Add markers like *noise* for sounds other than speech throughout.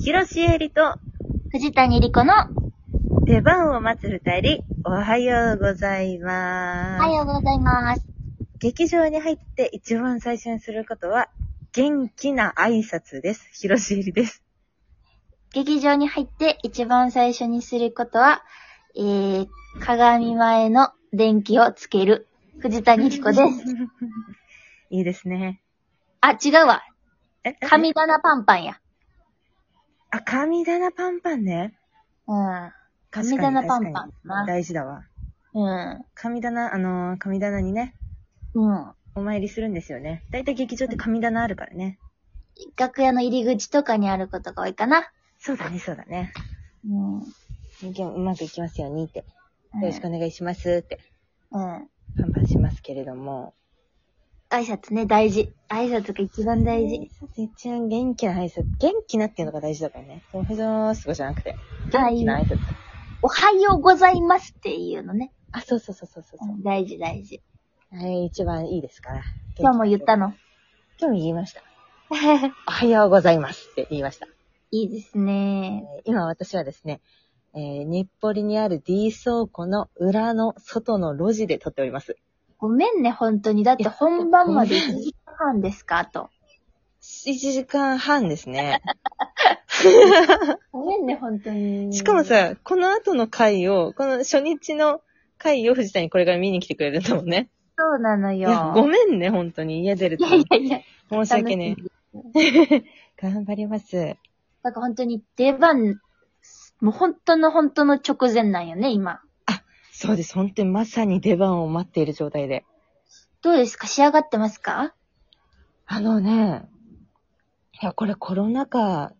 広瀬えりと藤谷莉子の、出番を待つ二人、おはようございおます。はようございます。劇場に入って一番最初にすることは、元気な挨拶です。広瀬えりです。劇場に入って一番最初にすることは、えー、鏡前の電気をつける、藤谷莉子です。 *laughs* いいですね。あ、違うわ。え神棚パンパンや。あ、神棚パンパンね。うん。確かに神棚パンパン確かなに大事だわ。うん。神棚、あのー神棚にね、うん。お参りするんですよね。だいたい劇場って神棚あるからね。楽屋の入り口とかにあることが多いかな。そうだね、そうだね。うん。よ今日うまくいきますようにって。よろしくお願いしますって、うん。パンパンしますけれども。挨拶ね、大事。挨拶が一番大事。一番元気な挨拶。元気なっていうのが大事だからね。おはようすごじゃなくて。元気な挨拶。おはようございますっていうのね。あ、そうそうそうそうそうそう。大事大事。あれ一番いいですから。今日も言ったのの。 *laughs* 今日も言いました。おはようございますって言いました。いいでえすーね。今私はですね、えー日暮里にある D 倉庫の裏の外の路地で撮っております。ごめんね、本当に。だって本番までいや1時間半ですか、あと。 1時間半ですね。ごめんね、本当に。しかも、さ、この後の回を、この初日の回を藤谷これから見に来てくれるんだもんね。そうなのいよ。や、ごめんね、本当に。家出るいとや。いやいや。申し訳ね楽しえ。頑張ります。だから本当に出番、もう本当の本当の直前なんよね、今。そうです。本当にまさに出番を待っている状態で。どうですか仕上がってますかあのね、いや、これコロナ禍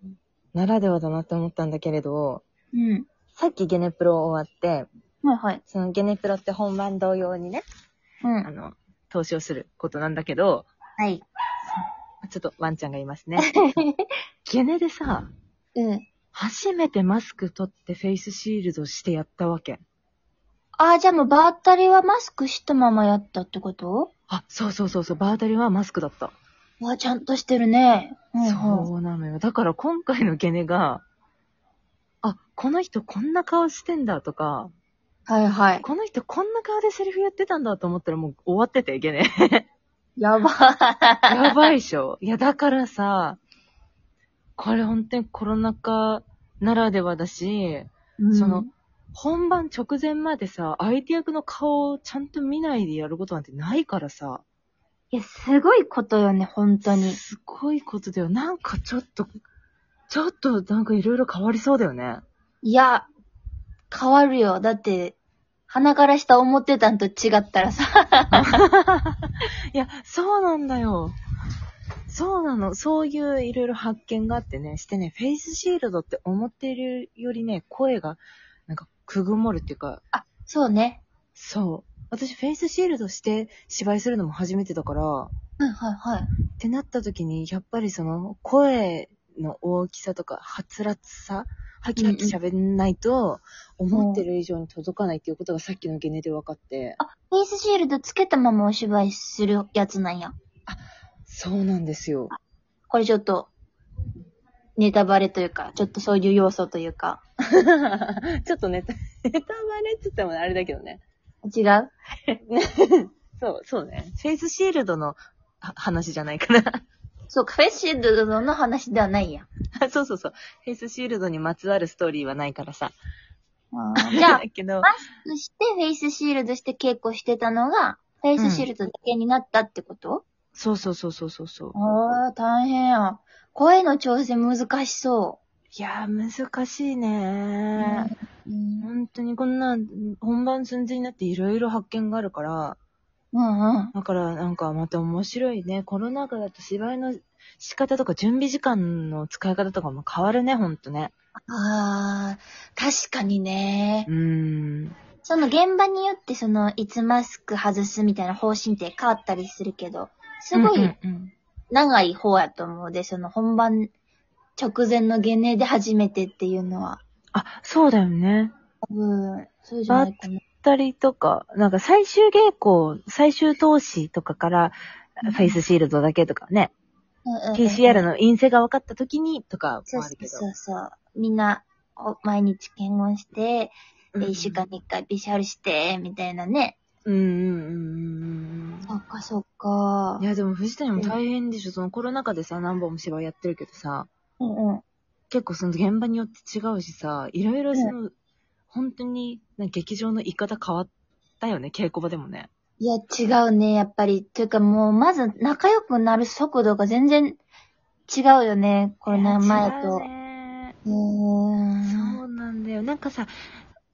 ならではだなって思ったんだけれど、うん。さっきゲネプロ終わって、はいはい。そのゲネプロって本番同様にね、うん。あの、投資をすることなんだけど、はい。ちょっとワンちゃんがいますね。 *laughs* ゲネでさ、うん。初めてマスク取ってフェイスシールドしてやったわけ。ああ、じゃあもうバータリはマスクしたままやったってことあ、そうそうそうそう、バータリはマスクだった。わあ、ちゃんとしてるね。うんそうなのよ。だから今回のゲネが、あ、この人こんな顔してんだとか、はいはい。この人こんな顔でセリフやってたんだと思ったらもう終わってて、ゲネ。やば。 *laughs* やばいっしょ。いや、だからさ、これ本当にコロナ禍ならではだし、その、本番直前までさ、相手役の顔をちゃんと見ないでやることなんてないからさ、いや、すごいことよね、本当に。すごいことだよ。なんかちょっと、ちょっとなんかいろいろ変わりそうだよね。いや、変わるよ。だって、鼻から下思ってたんと違ったらさ。いや、そうなんだよ。そうなの。そういういろいろ発見があってね、してね、フェイスシールドって思っているよりね、声が、なんかくぐもるっていうか、そうね。そう。私フェイスシールドして芝居するのも初めてだから、はいはいはい。ってなった時に、やっぱりその、声の大きさとか、はつらつさ、はきはき喋んないと、思ってる以上に届かないっていうことがさっきのゲネで分かって、フェイスシールドつけたままお芝居するやつなんや。そうなんですよ。これちょっと、ネタバレというか、ちょっとそういう要素というか。 *laughs* ちょっとネタ、ネタバレって言ってもあれだけどね。違うそう、そうね。フェイスシールドのは話じゃないかな。 *laughs* そうか、フェイスシールドの話ではないや。そうそうそう。フェイスシールドにまつわるストーリーはないからさ。じゃあだ、 *laughs* けど、 *laughs* そしてフェイスシールドして稽古してたのが、フェイスシールドだけになったってこと、そうそうそうそうそうそう。ああ、大変や。声の調整難しそ。いやー、難しいうねうん、本当にこんな、本番寸前になっていろいろ発見があるから、うん、うん。だからなんかまた面白いね。コロナ禍だと芝居の仕方とか準備時間の使い方とかも変わるね、ほんとね。ああ、確かにねう。ーん。その現場によってその、いつマスク外すみたいな方針って変わったりするけど、すごうんいうん長い方やと思うで、その本番直前のゲネで初めてっていうのは、あ、そうだよね。多分、そうじゃないかな。二人とか、なんか最終稽古、最終投資とかから、フェイスシールドだけとかね、うんうんうん PCR の陰性が分かった時にとかそもうあそるうけど。そうそう。みんな、お毎日検温して、うんで、一週間に一回 PCR して、みたいなね。うんうんうんうんそっかそっかうん。い。や、でも藤谷も大変でしょ。そのコロナ禍でさ、何本も芝居やってるけどさ、うんうん。結構その現場によって違うしさ、いろいろその、本当に、なんか劇場の言い方変わったよね、稽古場でもね。いや、違うね、やっぱり。というかもう、まず仲良くなる速度が全然違うよね、コロナ前と。いや違うねうーん。そうなんだよ。なんかさ、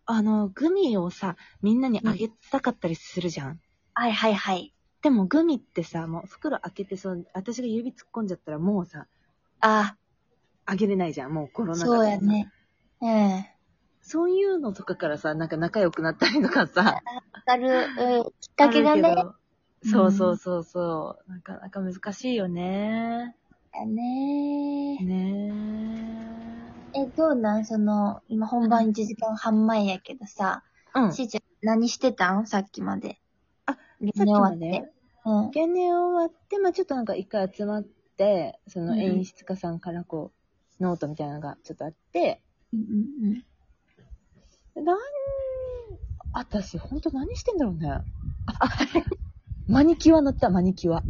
あの、グミをさ、みんなにあげたかったりするじゃん。はいはいはい。でもグミってさ、もう袋開けてその、私が指突っ込んじゃったらもうさ、あ、あげれないじゃん、もうコロナ禍でそうやね。うん。わそういうのとかからさ、なんか仲良くなったりとかさ。かる。うん。きっかけがあるねけ。ど。そうそうそうそう。なかなか難しいよね。だねねえ、どうなんその、今本番1時間半前やけどさ、うん。しーちゃん何してたんさっきまで。あ、見さっき終まわでってね。、うん。原年終わって、まあちょっとなんか一回集まって、その演出家さんからこう、ノートみたいなのがちょっとあって、うんうんなん、私ほんと何してんだろう *laughs* ね。あ、あマニキュア塗った、マニキュア。は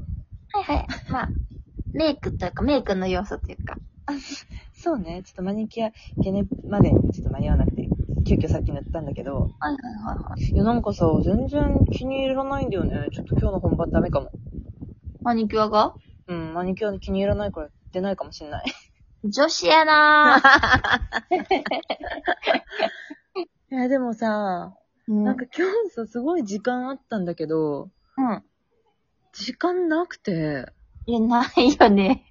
いはい。まあ、メイクというか、メイクの要素というか。そうね、ちょっとマニキュア、ゲネまでちょっと間に合わなくて、急遽さっき塗ったんだけど、はいはいはいはい。いやなんかさ、全然気に入らないんだよね。ちょっと今日の本番ダメかも。マニキュアがうん、マニキュア気に入らないから出ないかもしんない。女子やなぁ。いや、でもさ、うんなんか今日さ、すごい時間あったんだけど、うん。時間なくて、いや、ないよね。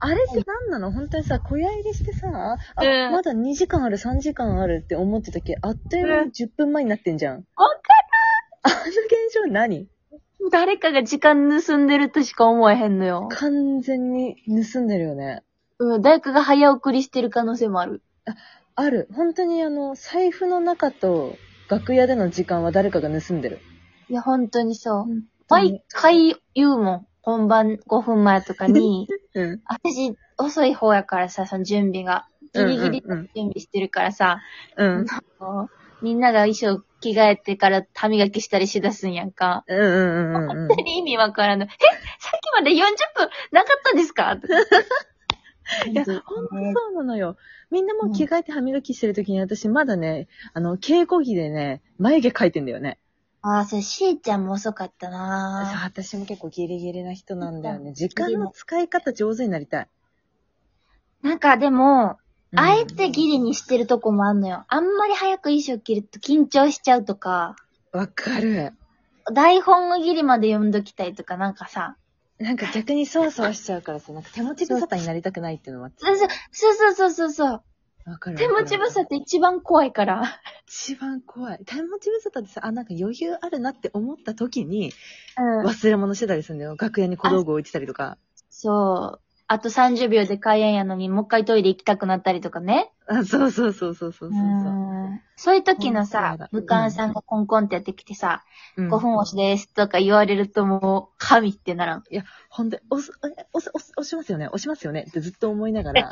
あれって何なの本当にさ、小屋入りしてさ、あ、うんまだ2時間ある、3時間あるって思ってたけど、あっという間に10分前になってんじゃん。わかるあの現象何誰かが時間盗んでるとしか思えへんのよ。完全に盗んでるよね。うん、誰かが早送りしてる可能性もある。ある。本当にあの、財布の中と楽屋での時間は誰かが盗んでる。いや、本当にそう。当に毎回言うもん。本番5分前とか *laughs* に、うん。私、遅い方やからさ、その準備が。ギリギリうん準備してるからさ、うん。こうみんなが衣装着替えてから歯磨きしたりしだすんやんか。うんうんうんうんうん本当に意味わからない。えさっきまで40分なかったですかとか *laughs* いや、ほんとそうなのよ。みんなもう着替えて歯磨きしてる時に私まだね、あの、稽古着でね、眉毛描いてんだよね。ああ、それ、しーちゃんも遅かったそうなぁ。私も結構ギリギリな人なんだよね。時間の使い方上手になりたい。なんかでも、うんあえてギリにしてるとこもあんのよ。あんまり早く衣装着ると緊張しちゃうとか、わかる。台本をギリまで読んどきたいとかなんかさ、なんか逆にそわそわしちゃうから *laughs* さ、なんか手持ち無沙汰になりたくないっていうのもあって。そうそうそうそうそうそう。わかる。手持ち無沙汰一番怖いから。一番怖い。手持ち無沙汰でさ、あ、なんか余裕あるなって思った時に、うん。忘れ物してたりするんだよ。楽屋に小道具置いてたりとか。そう。あと30秒で開演やのに、もう一回トイレ行きたくなったりとかね。あ、そうそうそうそうそうそううそう。んそういう時のほんさとやだ、武漢さんがコンコンってやってきてさ、うん5分押しですとか言われるともう、神ってならん。ほんで、押す、え押す、押す、押しますよね、押しますよねってずっと思いなが *laughs* ら。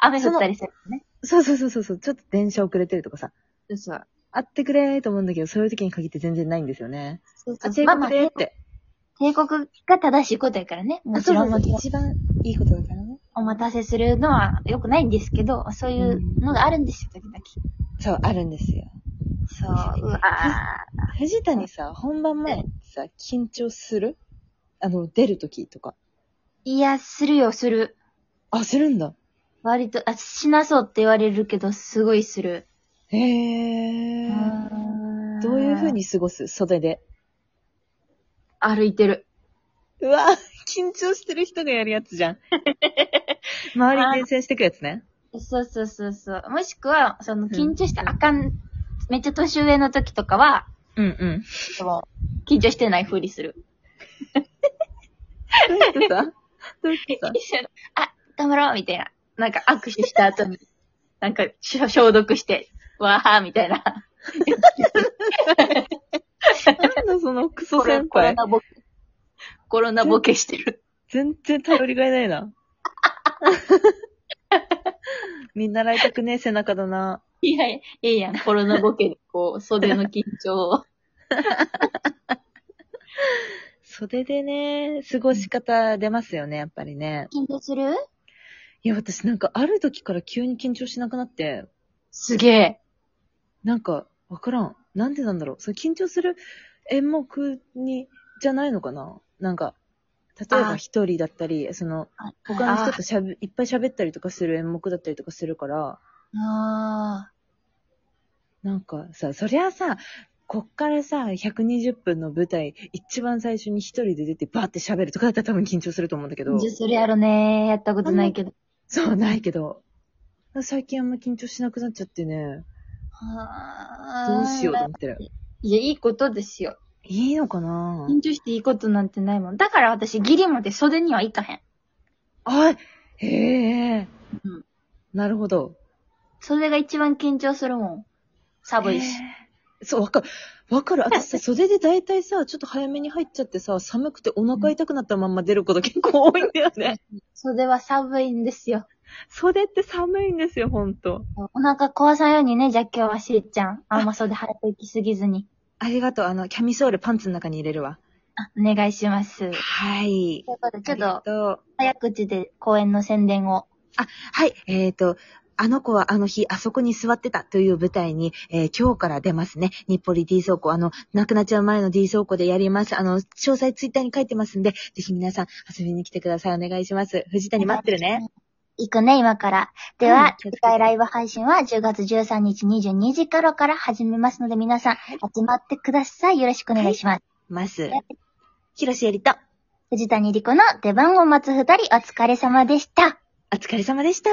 雨降ったりするね。そうそうそうそうそう、ちょっと電車遅れてるとかさ、そうそう。会ってくれーと思うんだけど、そういう時に限って全然ないんですよね。そうそあ、う帝まあま国あ、でーって。帝国が正しいことやからね。もあ、ちそうろそんうそう、一番いいことだからね。お待たせするのは良くないんですけど、そういうのがあるんですよ、時々。そう、あるんですよ。そう、うわぁ。藤谷さ、本番前ってさ、緊張するあの、出る時とか。いや、するよ、する。あ、するんだ。割と、あ、しなそうって言われるけど、すごいする。へえ。あーどういう風に過ごす袖で。歩いてる。うわ、緊張してる人がやるやつじゃん。 *laughs* 周りに伝染してくやつね。そうそうそうそう。もしくは、その、ん緊張してあかん、めっちゃ年上の時とかは、うんうん。でも緊張してないふりする。どうやってさ、どうやってさ、一緒に *laughs* あ、頑張ろうみたいな。なんか握手した後 *laughs* に、なんかしょ消毒して、わーみたいな。なんだそのクソこれ先コロ輩。ナボコロナボケしてる。全然頼りがいない *laughs* な。見習いたくねえ背中だな。 *laughs* いや、ええやん。コロナボケで、こう、袖の緊張を。袖でね、過ごし方出ますよね、やっぱりね。緊張するいや、私なんかある時から急に緊張しなくなって、すげえ。なんか、わからん。なんでなんだろう。それ緊張する演目に、じゃないのかななんか、例えあば一人だったり、その、他の人としゃべ、いっぱい喋ったりとかする演目だったりとかするから、あなんかさ、そりゃさ、こっからさ、120分の舞台、一番最初に一人で出てバーって喋るとかだったら多分緊張すると思うんだけあどー。、じゃ、それやろね。やったことないけど。そう、ないけど、最近あんま緊張しなくなっちゃってね、どどうしようと思ってる。いや、いいことですよ。いいのかな緊張していいことなんてないもん。だから私、ギリまで袖には行かへん。あ、へえ、うんなるほど。袖が一番緊張するもん。寒いし。えーそう、わかる。わかる。私さ、*laughs* 袖で大体さ、ちょっと早めに入っちゃってさ、寒くてお腹痛くなったまんま出ること結構多いんだよ *laughs* ね。袖は寒いんですよ。袖って寒いんですよ、ほんと。お腹壊さんようにね、じゃあ今日はしーちゃん。あんま袖早く行きすぎずに。ありがとう。あの、キャミソールパンツの中に入れるわ。あお願いします。はい。ということで、ちょありっと、がとう。早口で公演の宣伝を。はい。えっ、と、あの子はあの日、あそこに座ってたという舞台に、えー今日から出ますね。日暮里 D 倉庫、あの、亡くなっちゃう前の D 倉庫でやります。あの、詳細ツイッターに書いてますんで、ぜひ皆さん遊びに来てください。お願いします。藤谷待ってるね。行くね、今から。でうは、ん次回ライブ配信は10月13日22時頃から始めますので、皆さん、集まってください。よろしくお願いします。ます。ひろしえりと、藤谷莉子の出番を待つ二人、お疲れ様でした。お疲れ様でした。